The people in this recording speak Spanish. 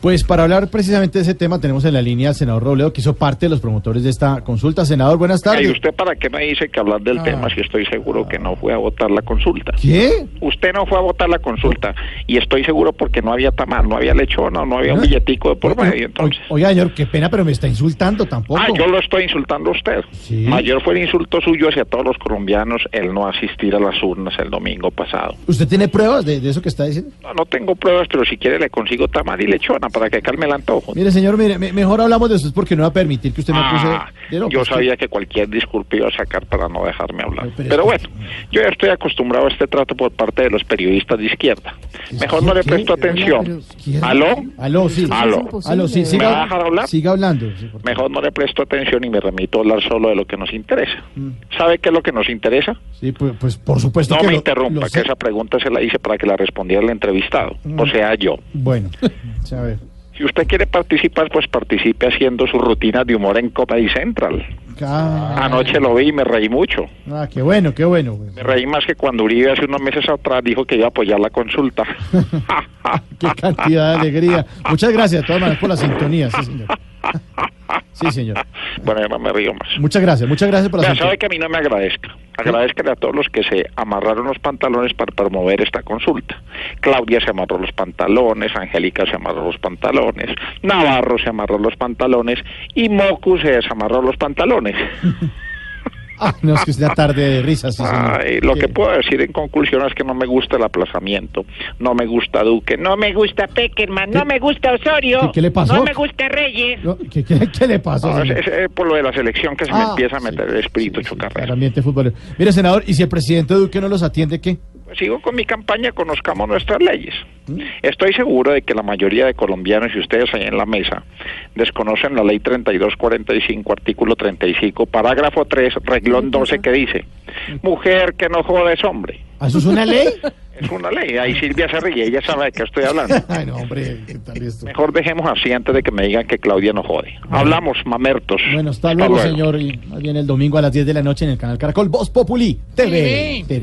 Pues para hablar precisamente de ese tema tenemos en la línea al senador Robledo, que hizo parte de los promotores de esta consulta. Senador, buenas ¿Y tardes. usted para qué me dice que hablar del Ah. tema si estoy seguro que no fue a votar la consulta? ¿Qué? Usted no fue a votar la consulta y estoy seguro porque no había tamal, no había lechona, no ¿Eh? había un billetico de por Ah. Oiga, medio entonces. Oiga, señor, qué pena, pero me está insultando tampoco. Ah, yo lo estoy insultando a usted. Sí. Mayor fue el insulto suyo hacia todos los colombianos el no asistir a las urnas el domingo pasado. ¿Usted tiene pruebas de, de eso que está diciendo? No, no tengo pruebas, pero si quiere le consigo tamal y lechona para que calme el antojo. Mire, señor, mire, me- mejor hablamos de eso porque no va a permitir que usted me acuse Ah, de loco. yo Es que- sabía que cualquier disculpa iba a sacar para no dejarme hablar. No, pero Pero, es que- bueno, yo ya estoy acostumbrado a este trato por parte de los periodistas de izquierda. Mejor no le ¿Qué? presto Pero- atención. pero- ¿qué? ¿Aló? Aló, sí. Aló. Aló, sí. ¿Me Siga, va a dejar hablar? Siga hablando. sí, por favor. Mejor no le presto atención y me remito a hablar solo de lo que nos interesa. Mm. ¿Sabe qué es lo que nos interesa? Sí, pues, pues, por supuesto No que me lo- interrumpa, lo que sé. esa pregunta se la hice para que la respondiera el entrevistado, Mm. o sea, yo. Bueno, a ver. Si usted quiere participar, pues participe haciendo su rutina de humor en Comedy Central. Ah, Anoche lo vi y me reí mucho. Ah, qué bueno, qué bueno. güey. Me reí más que cuando Uribe hace unos meses atrás dijo que iba a apoyar la consulta. Qué cantidad de alegría. Muchas gracias, de todas maneras, por la sintonía, sí, señor. Sí, señor. Bueno, yo no me río más. Muchas gracias, muchas gracias por la Vea, sintonía. sabe que a mí no me agradezca. Agradezcale a todos los que se amarraron los pantalones para promover esta consulta. Claudia se amarró los pantalones, Angélica se amarró los pantalones, Navarro se amarró los pantalones y Mocu se desamarró los pantalones. Ah, no, es que es la tarde de risas, sí, señor. Ay, lo que Sí. puedo decir en conclusión es que no me gusta el aplazamiento, no me gusta Duque, no me gusta Peckerman, ¿Qué? Ah, no me gusta Osorio, ¿Qué- qué le pasó? no me gusta Reyes. No, ¿qué, qué, qué le pasó? No, es, señor? es, eh, por lo de la selección que se me Ah, empieza a sí, meter el espíritu sí, sí, chocarrero. para ambiente futbolero. Mire, senador, ¿y si el presidente Duque no los atiende, qué? Pues sigo con mi campaña, conozcamos nuestras leyes. ¿Mm? Estoy seguro de que la mayoría de colombianos y ustedes ahí en la mesa desconocen la ley 3245, artículo 35, parágrafo 3, Mm, reglón 12 que dice, mujer que no jode es hombre. ¿Ah, ¿Eso es una ley? Es una ley, ahí Silvia se ríe, ella sabe de qué estoy hablando. Ay, no, hombre, ¿qué tal esto? Mejor dejemos así antes de que me digan que Claudia no jode. Hablamos, mamertos. Bueno, hasta luego, señor. Y más bien el domingo a las 10 de la noche en el canal Caracol, Voz Populi TV. TV.